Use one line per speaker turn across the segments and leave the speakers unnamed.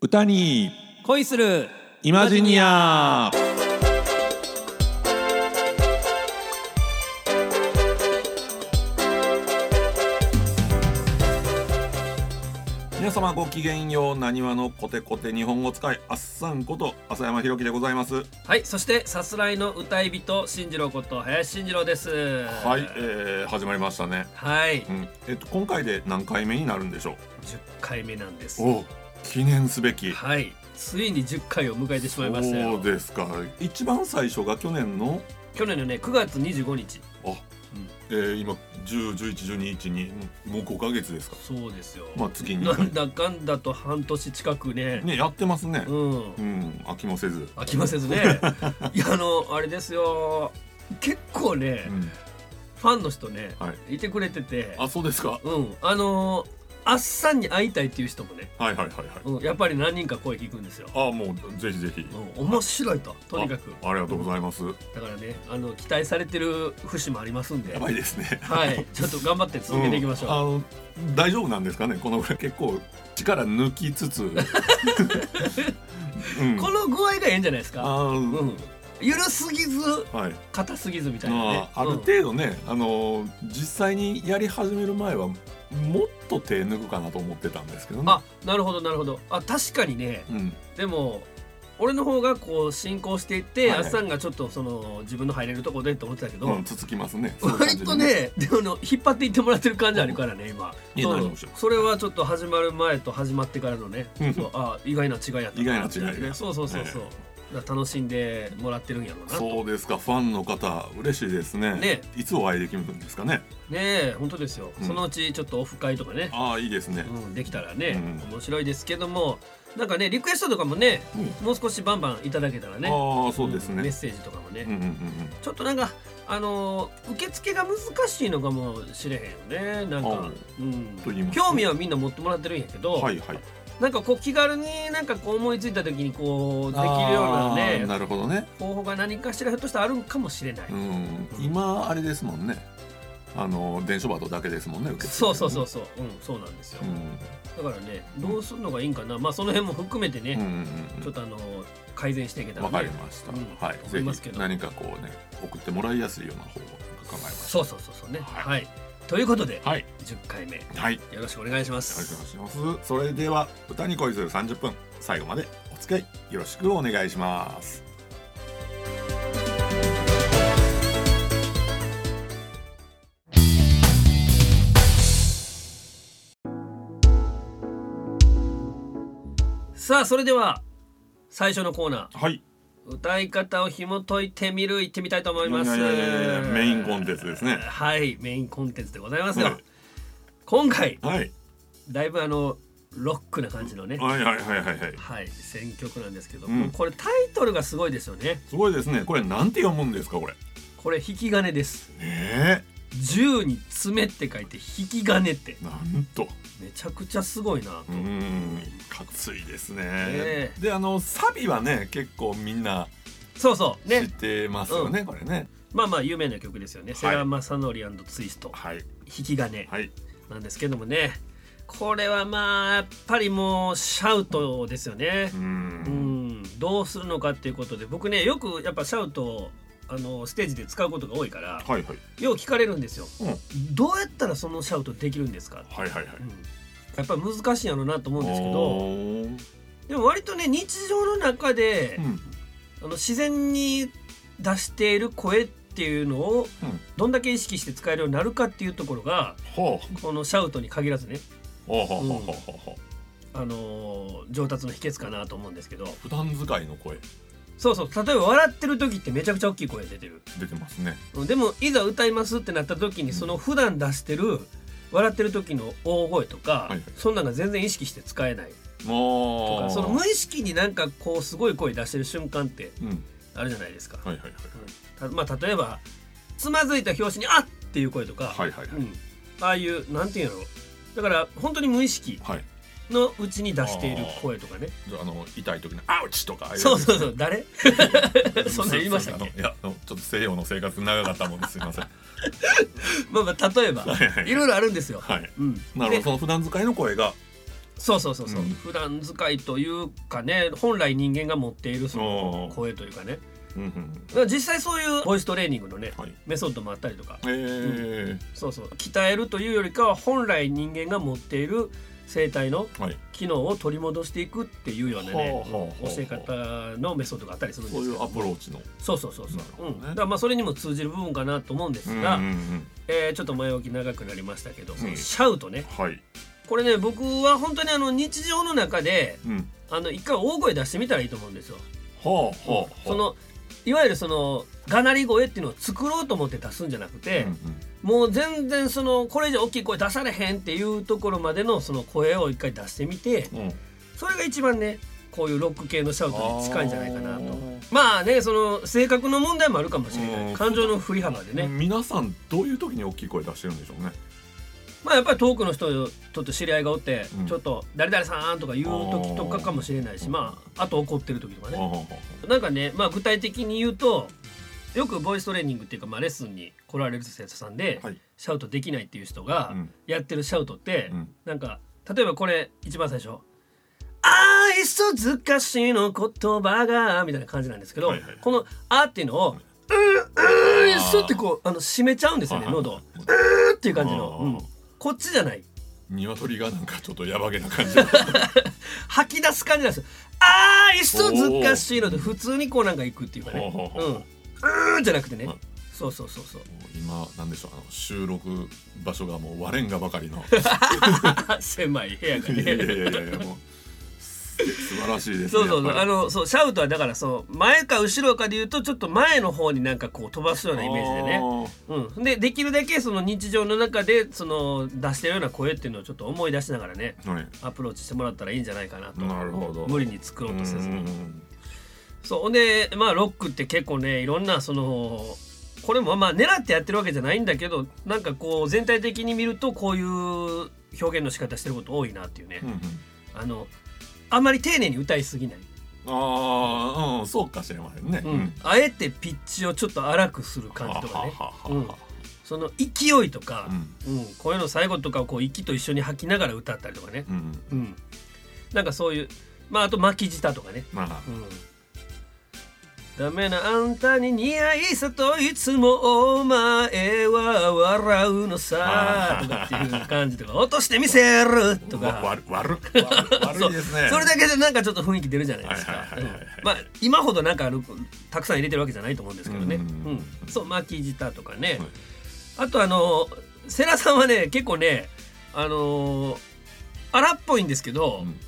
歌に
恋する
イマジニア皆様ごきげんようなにわのコテコテ日本語使いあっさんこと浅山ひろきでございます
はいそしてさすらいの歌い人進次郎こと林進次郎です
はい、えー、始まりましたね
はい
うん、えっと今回で何回目になるんでしょ
10回目なんです
うお記念すべき
はいついに10回を迎えてしまいました
そう
よ
ですか一番最初が去年の
去年のね9月25日
あ、えー、今10、11、12、12もう5ヶ月ですか
そうですよ、
まあ月に
な
一回
んだかんだと半年近くね
ねやってますね
うん
うん飽きもせず
飽きませずね いやあのあれですよ結構ね、
うん
ファンの人ね、、
はい
てくれてて
あそうですか
うんあのーあっさんに会いたいっていう人もね、
はいはいはいはい
うん、やっぱり何人か声聞くんですよ、
あもうぜひぜひ
うん、面白いととにかく
あありがとうございます
だからねあの期待されてる節もありますんで
やばいですね
はいちょっと頑張って続けていきましょう、
んあの大丈夫なんですかねこのぐらい結構力抜きつ つ、うん
この具合がいいんじゃないですか、
あー
うん、緩すぎず
はい
硬すぎずみたいなね
あーある
うん
程度ね、あのー実際にやり始める前はもっと手抜くかなと思ってたんですけどね
あなるほどなるほどあ確かにね
うん
でも俺の方がこう進行していっ
は
て、
いはい
あっさんがちょっとその自分の入れるとこでと思ってたけど、
うん、つつきますねそういう感
割
じで
とねでもあの引っ張っていってもらってる感じあるからね今
いや何をおっしゃる
それはちょっと始まる前と始まってからのね
うん
そうあ意外な違いやった
意外な違いね
そうそうそうそう、だから楽しんでもらってるんやろうなと
そうですかファンの方嬉しいですね
ね
いつお会いできるんですかね
ねえ本当ですよ、
うん
そのうちちょっとオフ会とかね、
ああいいですね
うん、できたらね、
うん
面白いですけどもなんかねリクエストとかもね
うん、
もう少しバンバンいただけたらね
ああそうです
んメ
ね
ッ、セージとかもね、
うん、うんうん
ちょっとなんかあのー受付が難しいのかもしれへんよねなん
あ
か
ー、
うん
と言いますと
興味はみんな持ってもらってるんやけど、
うんはいはいで
なんかこう気軽になんかこう思いついた時にこうできるようなね
なるほどね
方法が何かしらひょっとしたらあるんかもしれない、
うん今あれですもんねあの電書バトだけですもんね受付
そうそうそうそううんそうなんですよ、
うん
だからねどうするのがいいんかなまあその辺も含めて
うんう
ね、
んうん
ちょっとあのー改善していけたら
わ
ね
かりました、
うん
はい
思
ぜ
いますけ
ひ
ど
何かこうね送ってもらいやすいような方法を考えます
そうそうそうそうね
は
はいい、ということで、
はい
10回目よ
はいよ
ろしくお願いしま
ろしくお
す
願いしますそれでは歌に恋する30分最後までお付き合いよろしくお願いします
さあそれでは最初のコーナー
はい
歌い方を紐解いてみる行ってみたいと思います
いやいやいやいやメインコンテンツですね
はいメインコンテンツでございますが、
はい
今回
はい
だいぶあのロックな感じのね、
はいはいはいはいはい
はい選曲なんですけど、
うん
これタイトルがすごいですよね
すごいですねこれなんて読むんですかこれ
これ引き金です
ね
銃に爪って書いて引き金って
えなんと
めちゃくちゃすごいなと、
うんかついですね、
え
であのサビはね結構みんな
そうそう
知
ね
ってますよねこれね
まあまあ有名な曲ですよね、
い
セラ・マサノリツイスト
はい
引き金、
はい
なんですけどもねこれはまあやっぱりもうシャウトですよね
う、
うんん、どうするのかっていうことで僕ねよくやっぱシャウトをあのステージで使うことが多いから、
はいはい
よう聞かれるんですよ、
う
どうやったらそのシャウトできるんですか、
はいはいはい
うん、やっぱり難しいんやろうなと思うんですけど
おー
でも割とね日常の中で
う、ん
あの自然に出している声っていうのを
うん
どんだけ意識して使えるようになるかっていうところが
ほう
このシャウトに限らずね
ほうほうほうほうほうほう
あのー上達の秘訣かなと思うんですけど
普段使いの声
そうそう例えば笑ってる時ってめちゃくちゃ大きい声出てる
出てますね
うんでもいざ歌いますってなった時にその普段出してる笑ってる時の大声とか、
はいはい
そんなんが全然意識して使えないと
も
か
う
その無意識になんかこうすごい声出してる瞬間って
うん
あるじゃないですか、
はいはいはい
たまあ例えばつまずいた拍子に「あっ!」っていう声とか、
はいはいはい
うん、ああいうなんていうんやろだから本当に無意識
はい
のうちに出している声とかね
じゃああの痛い時のアウチとかああい
そうそうそう誰 そんなん言いましたっ
あの
け
いやあのちょっと西洋の生活長かったもんですい ません
まあまあ例えば
はいはいはい
いろいろあるんですよ。
はい
うん、
なるほど
で
その普段使いの声が
そうそうそうそう、
うん
普段使いというかね本来人間が持っているその
おー
声というかね
うんうん
だから実際そういうボイストレーニングのね
はい
メソッドもあったりとか
えー
そうそう鍛えるというよりかは本来人間が持っている声帯の
はい
機能を取り戻していくっていうようなね
はあはあはあ
教え方のメソッドがあったりするんで
そう
す
い
け
うア
ど
プローチの
そうそうそうそう
なる、ほどね
うん、だからまあそれにも通じる部分かなと思うんですが、
うんうんうん
えーちょっと前置き長くなりましたけど、
ん
シャウトね
はい
これね僕は本当にあの日常の中で
うん
あの一回大声出してみたらいいと思うんですよ。
はあはあはあ
そのいわゆるそのがなり声っていうのを作ろうと思って出すんじゃなく
うん
て
う、ん
もう全然そのこれ以上大きい声出されへんっていうところまでのその声を一回出してみて
うん
それが一番ねこういうロック系のシャウトに近いんじゃないかなと
あ
まあねその性格の問題もあるかもしれな
う
い
ん
感情の振り幅でね、
ー皆さんどういう時に大きい声出してるんでしょうね
まあやっぱり遠くの人と知り合いがおって、
うん
ちょっと「誰々さん」とか言う時とかかもしれないし
あー
まああと怒ってる時とか
はあは
ね
あは
なんかねまあ具体的に言うとよくボイストレーニングっていうか、まあ、レッスンに来られる生徒さんで、
あはい
シャウトできないっていう人が
うん
やってるシャウトって、
うん
なんか例えばこれ一番最初「愛想ずかしの言葉が」みたいな感じなんですけど、
はいはい
この「あ」っていうのを「うううそ」ってこうあの締めちゃうんですよね
はいはい
喉を「うーっていう感じの、
あー
うんこっちじゃない
鶏がなんかちょっとやばげな感 じは
吐き出す感じなんですよ「愛想ずかしの」で普通にこうなんかいくっていうか
あ
ね
はあ
「
はあ
うん、うー」じゃなくてね、
はい
そうそうそうそう
もう今なんでしょうあの収録場所がもう割れんがばかり の
あ狭い部屋が
いやいや
ね
いやいやもうす素晴らしいですね
そうそうそう
やっぱ
あ
り
のそうシャウトはだからそう前か後ろかで言うとちょっと前の方になんかこう飛ばすようなイメージでね、うん、でできるだけその日常の中でその出してるような声っていうのをちょっと思い出しながらね
あーはい
アプローチしてもらったらいいんじゃないかなと
なるほど
無理に作ろうとせ
う
ず
ん
に
うんうん
そうほんでまあロックって結構ねいろんなそのこれもまあ狙ってやってるわけじゃないんだけどなんかこう全体的に見るとこういう表現の仕方してること多いなっていうね、
うんうん
あのあんまり丁寧に歌いすぎない
ああうんそうかしれませんね、
うん、あえてピッチをちょっと荒くする感じとかね
はははは
うん
は
その勢いとか
う、ん
うん声の最後とかをこう息と一緒に吐きながら歌ったりとかね、
うん
うん、なんかそういうまああと巻き舌とかね、
まあ
うん、ダメなあんたに似合いさといつもお前は笑うのさ
あー
とかっていう感じとか落としてみせると
わ
か
悪 悪悪悪いですね
それだけでなんかちょっと雰囲気出るじゃないですか
はいはいはいはいはい
うんまあ今ほどなんかあのたくさん入れてるわけじゃないと思うんですけどね、う
うんんうんうん
そう巻き舌とかね、
はい
あとあの世良さんはね結構ねあのー荒っぽいんですけど、
うん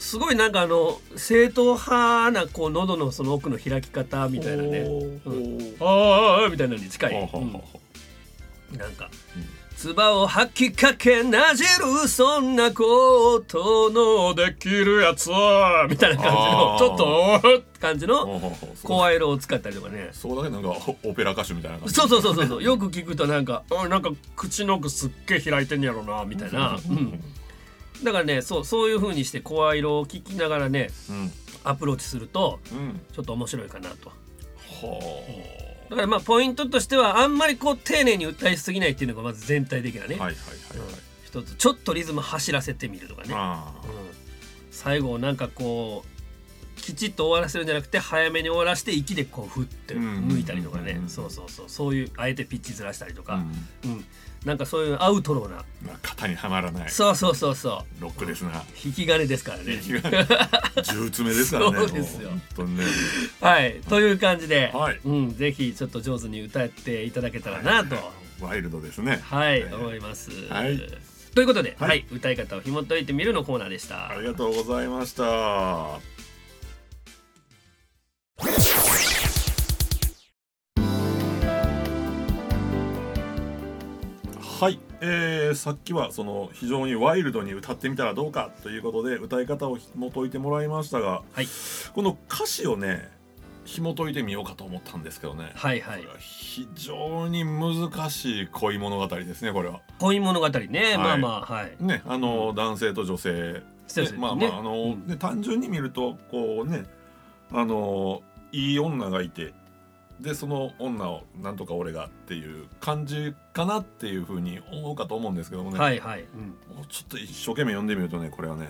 すごいなんかあの正統派なこう喉のその奥の開き方みたいなね
おー
あーあーみたいなのに近い、
ほうほう
うん
ほうほ
なんか
うん
「唾を吐きかけなじるそんなことのできるやつ」みたいな感じの
あー
ちょっとおーって感じ
うほ
の
うほうほうそう
声色を使ったりとかね
そうだけなんかオペラ歌手みたいな感じ
そうそうそうそうそうよく聞くとなんか「うんなんか口の奥すっげえ開いてんやろな」みたいな、うん、だからねそうそういう風にして声色を聞きながらね
うん
アプローチすると
うん
ちょっと面白いかなと。
は
だからまあポイントとしてはあんまりこう丁寧に歌いすぎないっていうのがまず全体的なね、
あはいはいはい
う
は
ん
い
一つちょっとリズム走らせてみるとかね、
あ
うん最後をなんかこうきちっと終わらせるんじゃなくて早めに終わらせて息でこうふって
うん
抜いたりとかね
うん
そうそうそうそういうあえてピッチずらしたりと
あ
か、うんなんかそういうアウトローな、
まあ肩にはまらない
そうそうそうそ
ロックですな
う引き金ですからね。
息が 重詰めですからね
そうです
も
よ
本当にね
はいという感じで、
はい
うん、ぜひちょっと上手に歌っていただけたらなと。
ワイルドですね
はい、
えー
思います。
はい
ということで、は、
はいい
歌い方を紐解いてみるのコーナーでした
あ。りがとうございましたはい、えー、さっきはその非常にワイルドに歌ってみたらどうかということで歌い方を紐解いてもらいましたが、
はい
この歌詞をね紐解いてみようかと思ったんですけどね、
はいはい
これは非常に難しい恋物語ですねこれは。
恋物語ね、
い
まあまあ、はい。
ねあの男性と女性
そうですね
まあまああの、
うん
ね単純に見るとこうねあのいい女がいてでその女をなんとか俺がっていう感じかなっていうふうに思うかと思うんですけどもね、
はいはい。うん
もうちょっと一生懸命読んでみるとねこれはね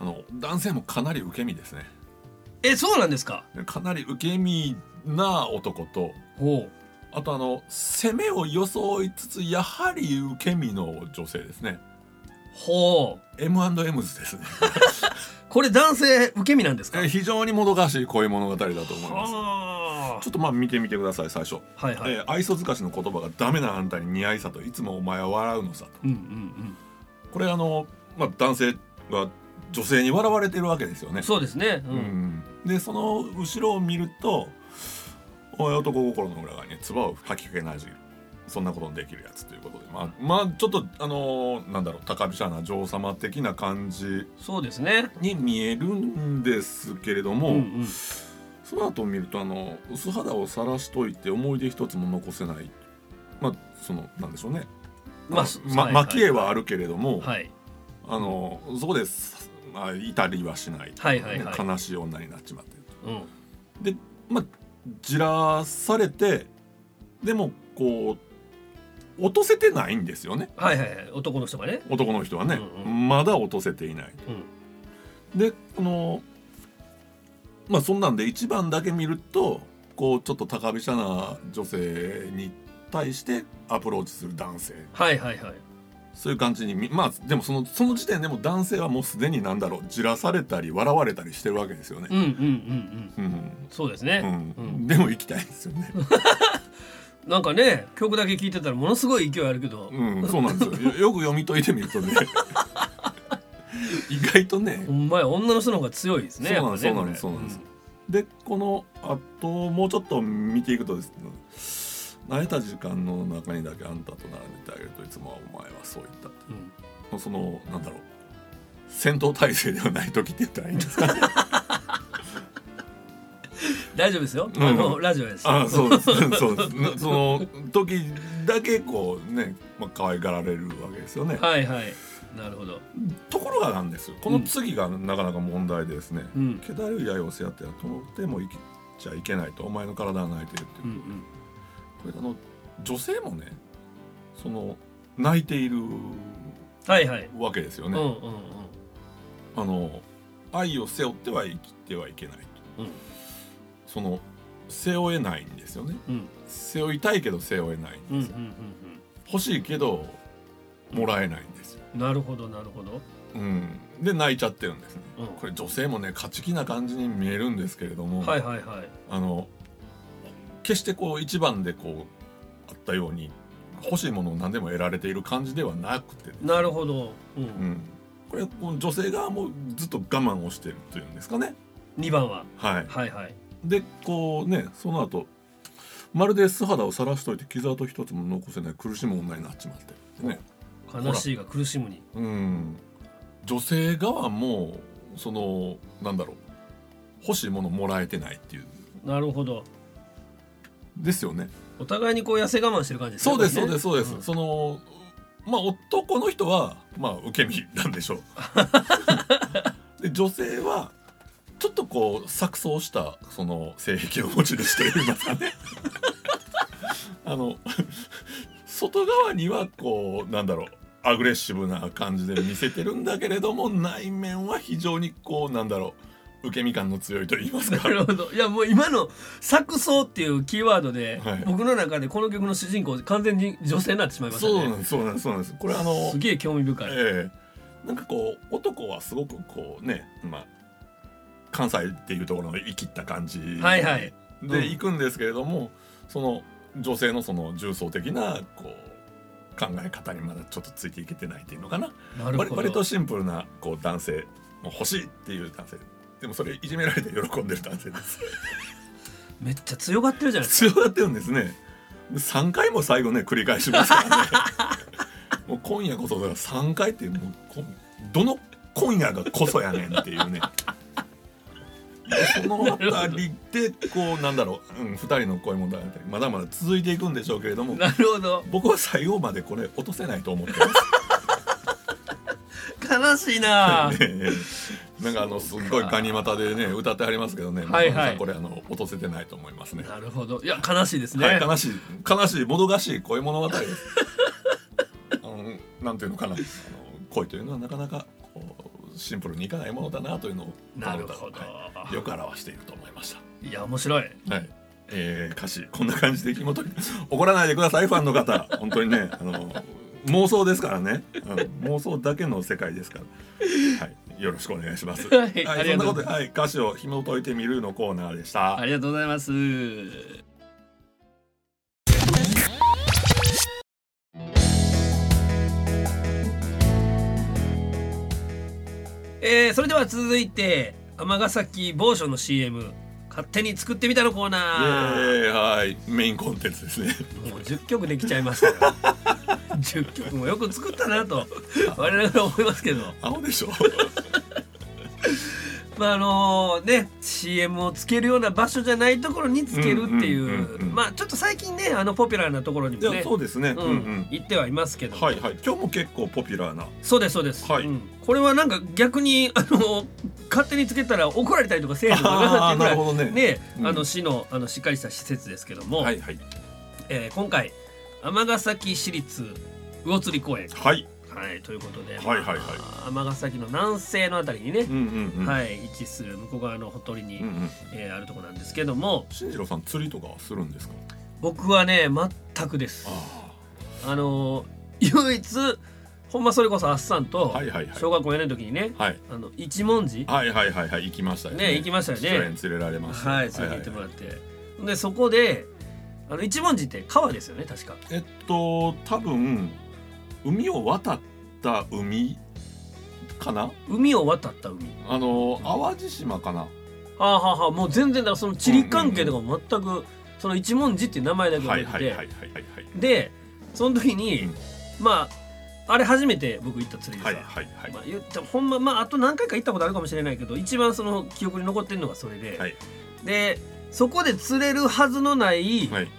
あの男性もかなり受け身ですね
えそうなんですか
かなり受け身な男と
ほう
あとあの攻めを装いつつやはり受け身の女性ですね
ほう
M&M's ですね
これ男性受け身なんですか
え非常にもどかしい恋物語だと思います
は
ちょっとまあ見てみてください最初、
あはいはい、
えー愛想尽かしの言葉がダメなあんたに似合いさといつもお前は笑うのさと
うんうん
これあの、まあ、男性が女性に笑われてるわけですよ
う
ね
んそうですねう、
うんんでその後ろを見ると「おい男心の裏側に唾を吐きかけなじる」そんなことのできるやつということでまあ、まあ、ちょっとあのーなんだろう高飛車な女王様的な感じ
そうですね
に見えるんですけれども、
うんうん
その後を見るとあの素肌を晒しといて思い出一つも残せないまあそのなんでしょうね、
まあ
あ
そ
のま
はい
蒔絵はあるけれども、
はい
あのそこです、まあ、いたりはしない,、
はいはいはい
悲しい女になっちまってる
うん
でまあじらされてでもこう落とせてないんですよね
はいはいはい男の人がね
男の人はね、
うんう
まだ落とせていない
うん
でこのまあそんなんで一番だけ見るとこうちょっと高飛車な女性に対してアプローチする男性
はいはいはい
そういう感じに見まあでもそのその時点でも男性はもうすでになんだろうじらされたり笑われたりしてるわけですよね
うんうんうんうん
うん、
そうです
う
ね、
ん
うん
でも行きたいですよね
なんかね曲だけ聴いてたらものすごい勢いあるけど、
うん、そうなんですよ。よよく読み解いてみるとね。意外とね
ほ。んまや女の人の方が強いですね
そうなんです
やっぱね
そうなんです
これ
で、この後、もうちょっと見ていくとですね。慣れた時間の中にだけあんたと並んでてあげるといつもはお前はそう言った
うんうん
と。その、なんだろう。戦闘態勢ではない時って言ったらいいんですかね。
大丈夫ですよ、
うん
あのラジオで す
ああ、そうです。そうです。 その時だけこうね、まあ、可愛がられるわけですよね。
はいはいなるほど
ところがなんですよ。この次がなかなか問題ですね。
うん
気だるい刃を背負ってはとても生きちゃいけないとお前の体が泣いてるっていう、
うんうん
これあの女性もねその泣いている
はいはい、
わけですよ
うん
ね、
うんうん
あの愛を背負っては生きてはいけないと
うん
その背負えないんですよね
うん
背負いたいけど背負えない
うんうん
で
んうん
すよ、欲しいけどもらえないんですよ、
うんなるほどなるほど
うん、で泣いちゃってるんですね、
うん
これ女性もね勝ち気な感じに見えるんですけれども、
はいはいはい
あの決してこう一番でこうあったように欲しいものを何でも得られている感じではなくて、
なるほど、
う
う、
んん、これこの女性側もずっと我慢をしてるというんですかね。
2番は
はい、
はいはい
でこうねその後まるで素肌を晒しといて傷跡一つも残せない苦しむ女になっちまってってね、
悲しいが苦しむに
うん、女性側もそのなんだろう欲しいものもらえてないっていう
なるほど
ですよね。
お互いにこう痩せ我慢してる感じですね
そうです
こ
そう
れ
ですそ
ね
うです、そのまあ男の人はまあ受け身なんでしょ うで女性はちょっとこう錯綜したその性癖を持ち主といいますか ねあの外側にはこうなんだろうアグレッシブな感じで見せてるんだけれども内面は非常にこうなんだろう受け身感の強いと言いますか
なるほどいやもう今の「錯綜」っていうキーワードで、
はい
僕の中でこの曲の主人公完全に女性になってしまいましたね
そうなんですそうなんですそうなんですこれあの
すげえ興味深い、
ええなんかこう男はすごくこうねまあ関西っていうところの言い切った感じで、
はいはいうん
行くんですけれどもその女性のその重層的なこう考え方にまだちょっとついていけてないっていうのかな
なるほ
割
ど
割とシンプルなこう男性もう欲しいっていう男性でもそれいじめられて喜んでる男性です
めっちゃ強がってるじゃないです
強がってるんですね3回も最後ね繰り返します からねもう今夜こそだから3回ってもうこどの今夜がこそやねんっていうねでその辺りでこうなんだろう、うん、2人の恋もだまだまだ続いていくんでしょうけれども
かなるほど
僕は最後までこれ落とせないと思って
悲しいな
ます、 ね、なんかあのすっごいガニ股でね歌ってありますけどね、
はい
松本
はい
さんこれあの落とせてないと思いますね。
なるほどいや悲しいですね、
はい、悲しい悲しいもどかしい恋物語です あのなんていうのかなあの恋というのはなかなかこうシンプルにいかないものだなというのを
な
この
る
歌は
ほど、
はいよく表していると思いまし
いや面白い
た。はいえー、歌詞こんな感じで気元に怒らないでくださいファンの方本当にねあの妄想ですからね、うん、妄想だけの世界ですから、はい、よろしくお願いします。
はいあ
はい、
り
そんな
がと
こ
う
とで、はい、歌詞を紐解いてみるのコーナーでした。
ありがとうございますえー、それでは続いて尼崎某所の CM 勝手に作ってみたのコー
イエ
ナー
ーイはい、メインコンテンツですね。
もう10曲できちゃいますから 10曲もよく作ったなと我々は思いますけど
青でし ょ。
まああのね CM をつけるような場所じゃないところにつけるってい
うんうんうん
う
うん
まあちょっと最近ねあのポピュラーなところに
い
も
や、
ね
そうですね。うん
う
うんん。
行ってはいますけど、
はいはい、今日も結構ポピュラーな。
そうですそうです、
はい
うんこれはなんか逆にあの勝手につけたら怒られたりとかせえへんのかな
あ あ、
っていうぐ
な
ら
る
い
ほどね。
ね、
うん
あの市のあのしっかりした施設ですけども、
はいはい。
えー今回尼崎市立魚釣り公園、
はい。
はい、ということで、
はいはいはい
まあ尼崎の南西のあたりにね
う、んうんうん。い。
はい、位置する向こう側のほとりに、
うんうん。
えーあるとこなんですけども
新次郎さん、釣りとかするんですか。
僕はね全くです。
あ
あのー唯一ほんまそれこそあっさんと、
あ。はいはいはい。
小学校4年の時にね
はい。
あの一文字
はいはいはいはい、行きましたよね。
ね行きましたよね
出演連れられました。
はい連れて行ってもらって、でそこであの一文字って川ですよね確か
えっと、多分。海を渡った海。かな。
海を渡った海
あの、淡路島かな。
はあはあはあもう全然だからその地理関係とかも全く、その一文字っていう名前だけ
は
覚え
い
てて、
はいはいはいはいはい。
でその時に、
うん
まああれ初めて僕行った釣りで
は
さ、
いはいはい
ま。あ、言ってもほんままああと何回か行ったことあるかもしれないけど一番その記憶に残ってるのがそれで、
はい
でそこで釣れるはずのない、
はい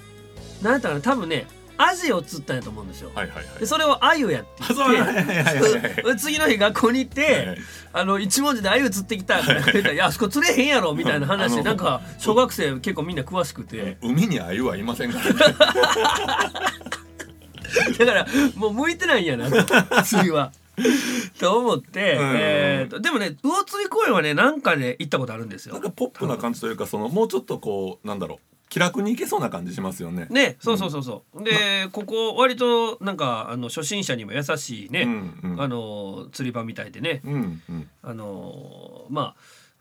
なんやったかな多分ねアジを釣ったんやと思うんですよ、
はいはいはい。
でそれをアユ やって
あそうはいはいはいはいはい
うん次の日学校に行って、
はい
あの一文字で「あゆ釣ってきた」って言ったら「いやあそこ釣れへんやろ」みたいな話
う
で
ん
なんか小学生結構みんな詳しくて
海に鮎はいませんから ね。
だからもう向いてないんやなと次は。と思って、
うん
えーとでもね魚釣り公園はねなんかね行ったことあるんです
なん
よ。
かポップな感じというか、そのもうちょっとこう、なんだろう、気楽に行けそうな感じしますよね。
ねそうそうそうそう。でここ割となんかあの初心者にも優しいうね、
んうん。
あの釣り場みたいでね
うんうん。
あのまあ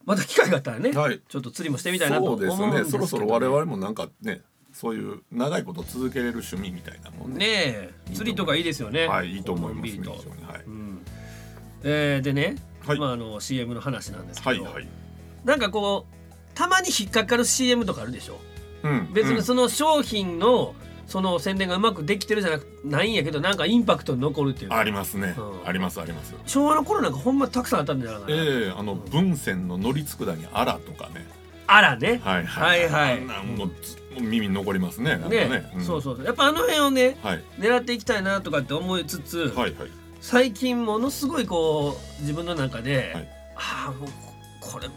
また機会があったらね、
はい。
ちょっと釣りもしてみたいなと思
そううん
で
です
け
すね。
ど、
そろそろ我々もなんかね、そういう長いこと続けれる趣味みたいなもんね。
ねえ釣りとかいいですよね。
はい、いいと思いますね。
のんびりと
非常にはい
うんえーでね、
はい
まあ、あの CM の話なんです
は
け
い
ど、
はい。
なんかこうたまに引っかかる CM とかあるでしょ
うん。
別
う
に
ん
その商品のその宣伝がうまくできてるじゃなくないんやけどなんかインパクトに残るっていう
ありますね
う。ん
ありますあります。
昭和の頃なんかほんまたくさんあったんじゃないかな、
ええ、あの文鮮の乗り佃にあらとかね。
あらね
はい
はいはい
あんなんもうずもう耳に残りますね。なんか
ね
ね。ん
そうそうそうやっぱあの辺をね
はい
狙っていきたいなとかって思いつつ、
はいはい。
最近ものすごいこう自分の中で、
はい
ああもうここれも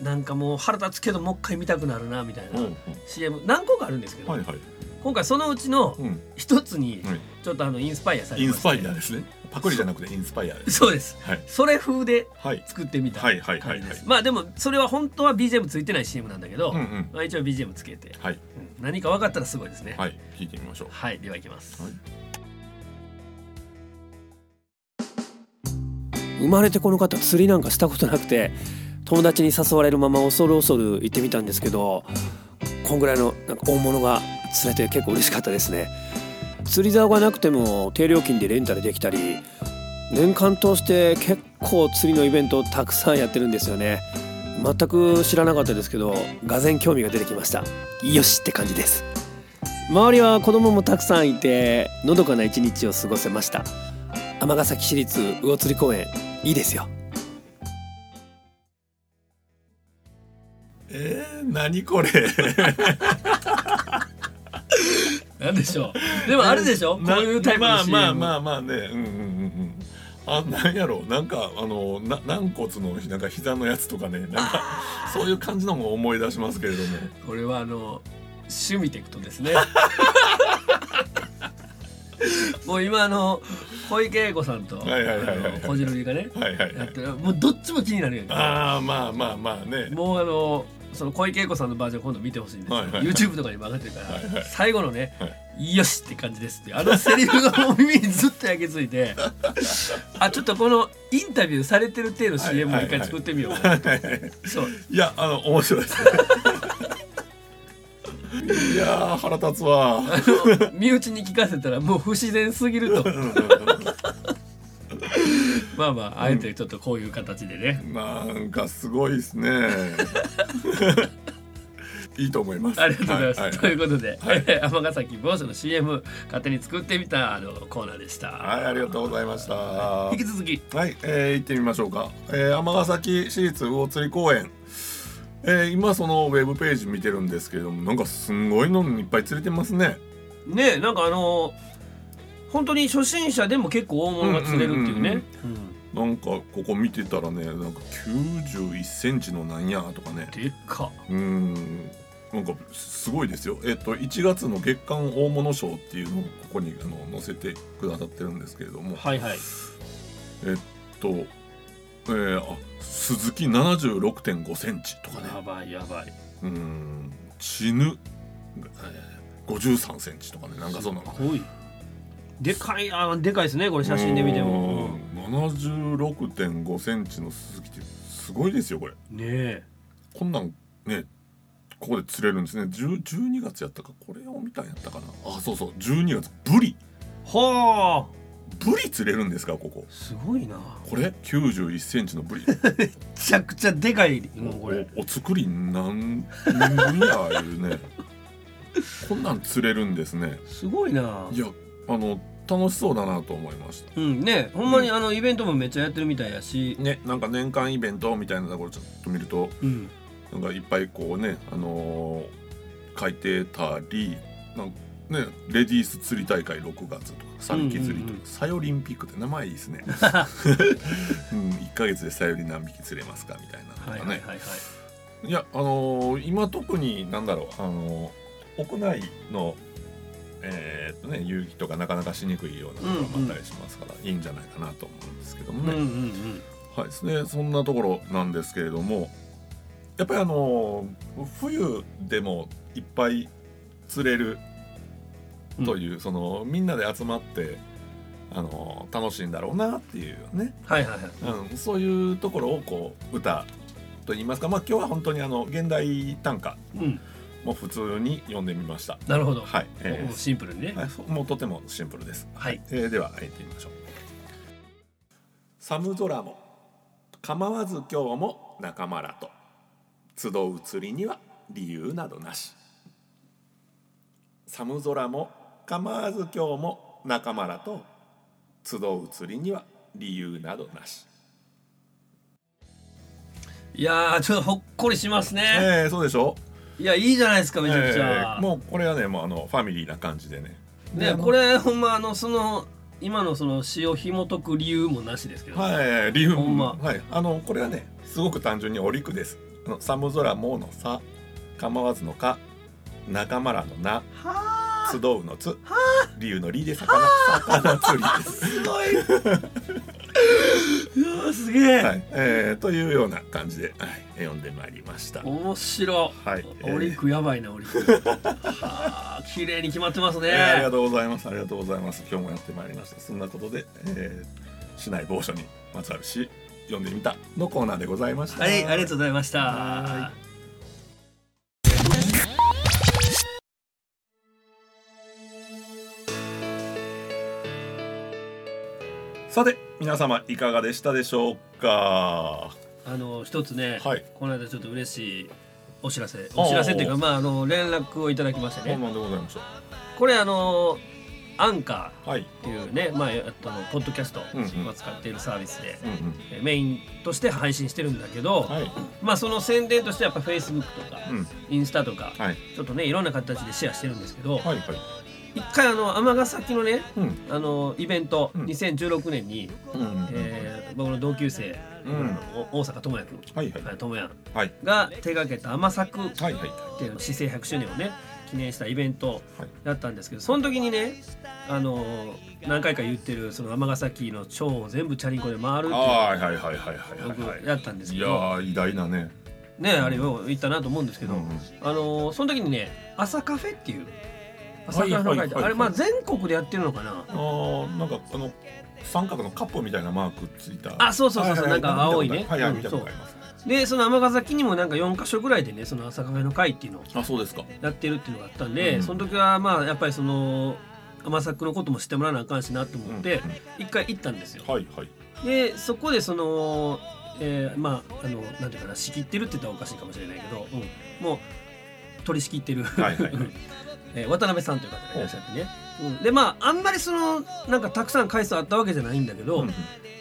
うなんかもう腹立つけどもう一回見たくなるなみたいな、
うんうん
CM 何個かあるんですけど、
はいはい。
今回そのうちの
うん。
一つに
はい
ちょっとあのインスパイアされ
イ
ま
ン
し
ス
て
パイアですね。パクリじゃなくてインスパイアです。
そうです
はい
それ風で
はい
作ってみた
はい
感じです、
はいはいはい。
まあでもそれは本当は BGM ついてない CM なんだけど、
うんうん。
まあ、一応 BGM つけて、
はい
うん何か分かったらすごいですねは
は
い、
い聞いてみましょう。
ではいきます、
はい
生まれてこの方釣りなんかしたことなくて友達に誘われるまま恐る恐る行ってみたんですけどこんぐらいのなんか大物が釣れて結構嬉しかったですね釣り竿がなくても低料金でレンタルできたり年間通して結構釣りのイベントをたくさんやってるんですよね全く知らなかったですけど俄然興味が出てきましたよしって感じです周りは子供もたくさんいてのどかな一日を過ごせました尼崎市立魚釣り公園いいですよ
ええ何これ。
なんでしょうでもあるでしょ こういうタイプの CM
まあまあまあまあね。うんうんうんうん。あなんやろうなんかあのな軟骨のなんか膝のやつとかねなんかそういう感じのも思い出しますけれども。
これ はあの趣味テクトですね。もう今あの小池栄子さんと
はいはいはいはい
あのこじるりがね
はいはいは
やっ
い
てるもうどっちも気になるやんか
ああまあまあまあね
もうあのその小池栄子さんのバージョン今度見てほしいんですよ、
はいはいはい
YouTube とかにも上がってるから、
はいはい
最後のね「よし!」って感じですってあのセリフがもう耳にずっと焼けついて あちょっとこのインタビューされてる体の CM を一回作ってみよう、そう
いやあの面白いですね いやー腹立つわ
あの身内に聞かせたらもう不自然すぎる とまあまああえてちょっとこういう形でね、
なんかすごいですね いいと思います
ありがとうございます。
はいは
ということで、
はい
えー尼崎某所の CM 勝手に作ってみたあのコーナーでした。
はい、ありがとうございました。は
引き続き
い、えー行ってみましょうか。えー、尼崎市立魚釣公園。えー今そのウェブページ見てるんですけれども、なんかすんごいのいっぱい釣れてますね。
ねなんかあの本当に初心者でも結構大物が釣れるっていうね。うん
なんかここ見てたらね、なんか91センチのなんやとかね。
でっか。
うーん。なんかすごいですよ。えっと1月の月間大物賞っていうのをここにあの載せてくださってるんですけれども、
はいはい。
えっと、えー、あ鈴木76.5センチとかね。
やばいやばい。
うーん死ぬ53センチとかねなんかそんなの
すごい。でかいあでかいですねこれ写真で見ても。
76.5センチの鈴木ってすごいですよこれ
うんねえ。
こんなんねここで釣れるんですね10 12月やったかこれを見たんやったかなあそうそう12月ブリ
はあ
ブリ釣れるんですかここ
すごいな。
これ91センチのブリ
めちゃくちゃでかいもうこれ。
おお作りなん何やいうね こんなん釣れるんですね。
すごいない
やあの楽しそうだなと思いました
うんねほんまにあのイベントもめっちゃやってるみたいやし。
ね、なんか年間イベントみたいなところちょっと見ると
うん。
なんかいっぱいこうね、あのー書いてたりなんか、ね、レディース釣り大会6月とかサルキ釣りとか、
うんうんうん
サヨリンピックって名前いいです ね、うん、1か月でサヨリ何匹釣れますかみたいなとか
はい
ね、
はいはい
い
はい。
や、あのー今特になんだろう、あのー屋内の、えーっとね、遊戯とかなかなかしにくいようなところもあったりしますから、いいんじゃないかなと思うんですけどもね。
うんうん
はいですね、そんなところなんですけれどもやっぱりあの冬でもいっぱい釣れる
うん。
という、そのみんなで集まってあの楽しいんだろうなっていうね、
はいはいはい。
うん、そういうところをこう歌と言いますか、まあ、今日は本当にあの現代短歌
うん。
も普通に読んでみました。
なるほど。
はい、え
もうシンプルにね
ー。はい、もうとてもシンプルです。
はい。
えーでは入ってみましょう寒空も構わず今日も仲間らと集う釣りには理由などなし寒空も構わず今日も仲間らと集う釣りには理由などなし
いやーちょっとほっこりしますね。
えー、そうでしょ
いやいいじゃないですかめちゃくち
え
ゃ
ー。もうこれはねもうあのファミリーな感じでね
ね
あの
これほんまあのその今のその詩を紐解く理由もなしですけど。
はい理由
ほんま
はいあのこれはねすごく単純にお陸ですあの寒空もうのさ構わずのか仲間らのな
は
集うのつ理由の理で魚魚釣りです
ーす ごい。うわーすげえ。
はい、えー、というような感じで、はい、読んでまいりました
面白。
はい
お肉やばいなお肉。はー綺麗に決まってますね。
えーありがとうございますありがとうございます今日もやってまいりましたそんなことで、えー、市内某所にまつわる詩読んでみたのコーナーでございました
はいありがとうございました。
はさて皆様いかがでしたでしょうか
あの一つね、
はい
この間ちょっと嬉しいお知らせお知らせっていうかまああの連絡をいただきまして
そう
ね
なんでございました
これあのアンカ
はい
ーっていうねまあえっとあのポッドキャスト
うんうん
を使っているサービスで、
うんうん
えメインとして配信してるんだけど、
はい
まあその宣伝としてやっぱ Facebook とか、
うん
インスタとか、
はい
ちょっとねいろんな形でシェアしてるんですけ
は
ど、
いはい
一回あの尼崎のね
うん
あのイベント、
うん
2016年に、
うんうん
えー僕の同級生、
うん
お大阪智也君
はいはい
はい智也
はい
が手掛けた天作っ
はいはい
ていう市政100周年をね記念したイベント
はい
だったんですけどその時にねあの何回か言ってるその尼崎の町を全部チャリンコで回るっていう
あーはいはいはいはいはい
僕
はい
やったんです
い
け
や
ど、
ー偉大なね、
ねあれよ行ったなと思うんですけど、
うん
あのその時にね朝カフェっていう朝カフェの
はい
書
はいい
て
はいはい
あれまあ全国でやってるのかな
あーなんかあの三角のカップみたいなマークついた
あそうそうそうそ
は
う
いはい
なんか青いね
はいはい
うん
見たことあります、
でその尼崎にもなんか4か所ぐらいでねその朝カフェの会っていうのを
あそうですか
やってるっていうのがあったんで、
うん
その時はまあやっぱりその尼崎のことも知ってもらわなあかんしなと思って
うん
一回行ったんですよ。
はいはい
でそこでその、えーまああのなんていうかな仕切ってるって言ったらおかしいかもしれないけど、うんもう取り仕切ってる、
はい はいはい
えー渡辺さんという方がいらっしゃってね、うん、でまああんまりそのなんかたくさん回数あったわけじゃないんだけど、
うん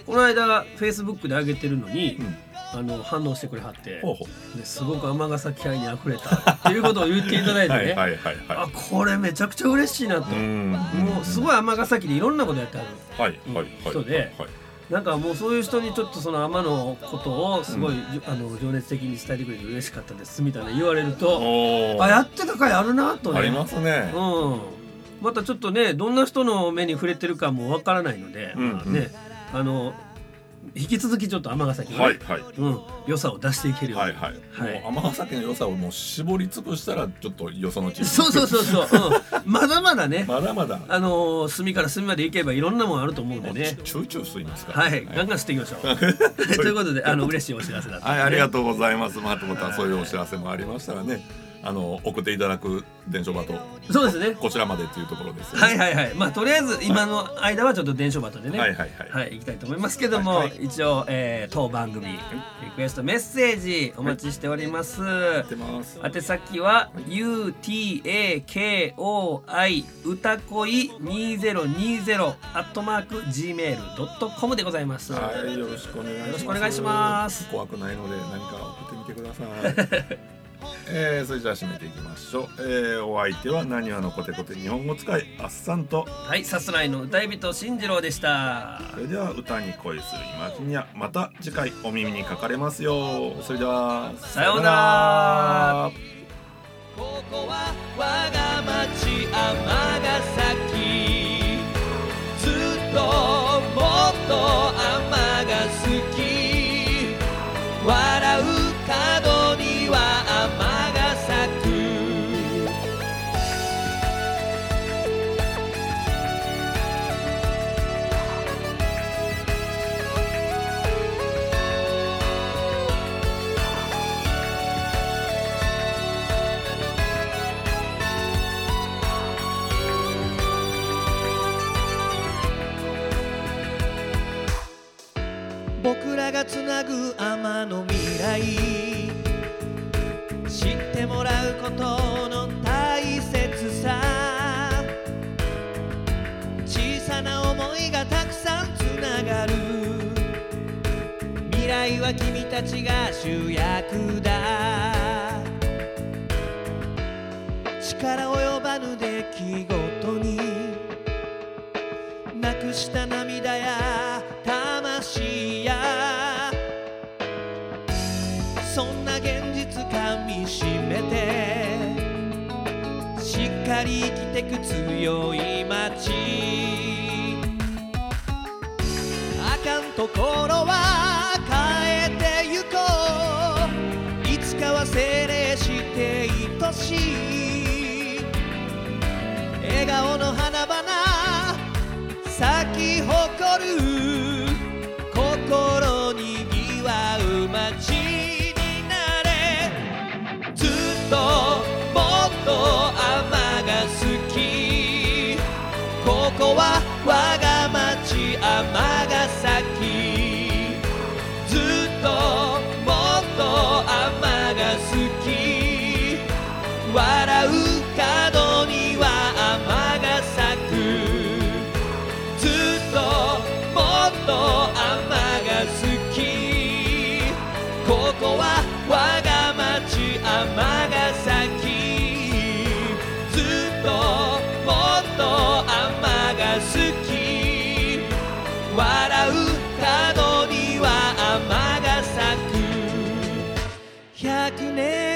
この間フェイスブックで上げてるのに、
うん
あの反応してくれはって
ほうほ
ですごく尼崎愛にあふれたっていうことを言っていただいてね
はいはいはいは
あこれめちゃくちゃ嬉しいなと
い。ん
もうすごい尼崎でいろんなことやってはる
はいはいはいはい
人で
はい
なんかもうそういう人にちょっとその天のことをすごい、じゅあの情熱的に伝えてくれて嬉しかったですみたいな言われると
おー
あやってた回あるなとね
ありますね
う。ん、またちょっとねどんな人の目に触れてるかもわからないので、
うん
まあねあの引き続きちょっと尼崎のね、
はいはい
うん、良さを出していけるよう
は
に
いはい。
はい
もう尼崎の良さをもう絞り潰したらちょっとよその地。
そうそうそう そう、うん、まだまだね、
まだまだ。
あのー隅から隅まで行けばいろんなもんあると思うんでね
もうちゅちゅうちゅう吸いますから。
はい、ガンガン吸っていきましょう ということであの嬉しいお知らせだったんでね、
はい、ありがとうございます。まあ、またそういうお知らせもありましたらね、あの送っていただく伝書バト
そうですね
こちらまでというところですよね、
はいはいはいまあとりあえず今の間はちょっと伝書バトでね
はいはいはい
行きたいと思いますけども、
はいは
一応、えー当番組リクエストメッセージお待ちしております、
やってます。
宛先は utakoi 歌恋2020アットマーク gmail.com でございます、
はい、よろしくお願いします。
よろしくお願いします
怖くないので、何か送ってみてください。 えー、それじゃあ締めていきましょう、えー、お相手はなにわのコテコテ日本語使いあっさんと
はい、さすらいの歌い人進次郎でした
それでは歌に恋するイマジニアまた次回お耳にかかれますよそれでは
さようなら
ここは我が町尼崎ずっともっと尼が好き笑う角には尼が咲く僕らがつなぐ天の未来知ってもらうことの大切さ小さな想いがたくさんつながる未来は君たちが主役だ力及ばぬ出来事になくした涙や魂やそんな現実かみしめてしっかり生きてく強い街あかんところは変えてゆこういつかは精霊して愛しい笑顔の花々咲き誇る心にぎわう街になれずっともっと天が好きここは我が町天が咲きずっともっと天が好き笑う角には天が咲くずっともっと天が好きここは我が町天が咲きずっともっと天が好き笑う角には天が咲く100年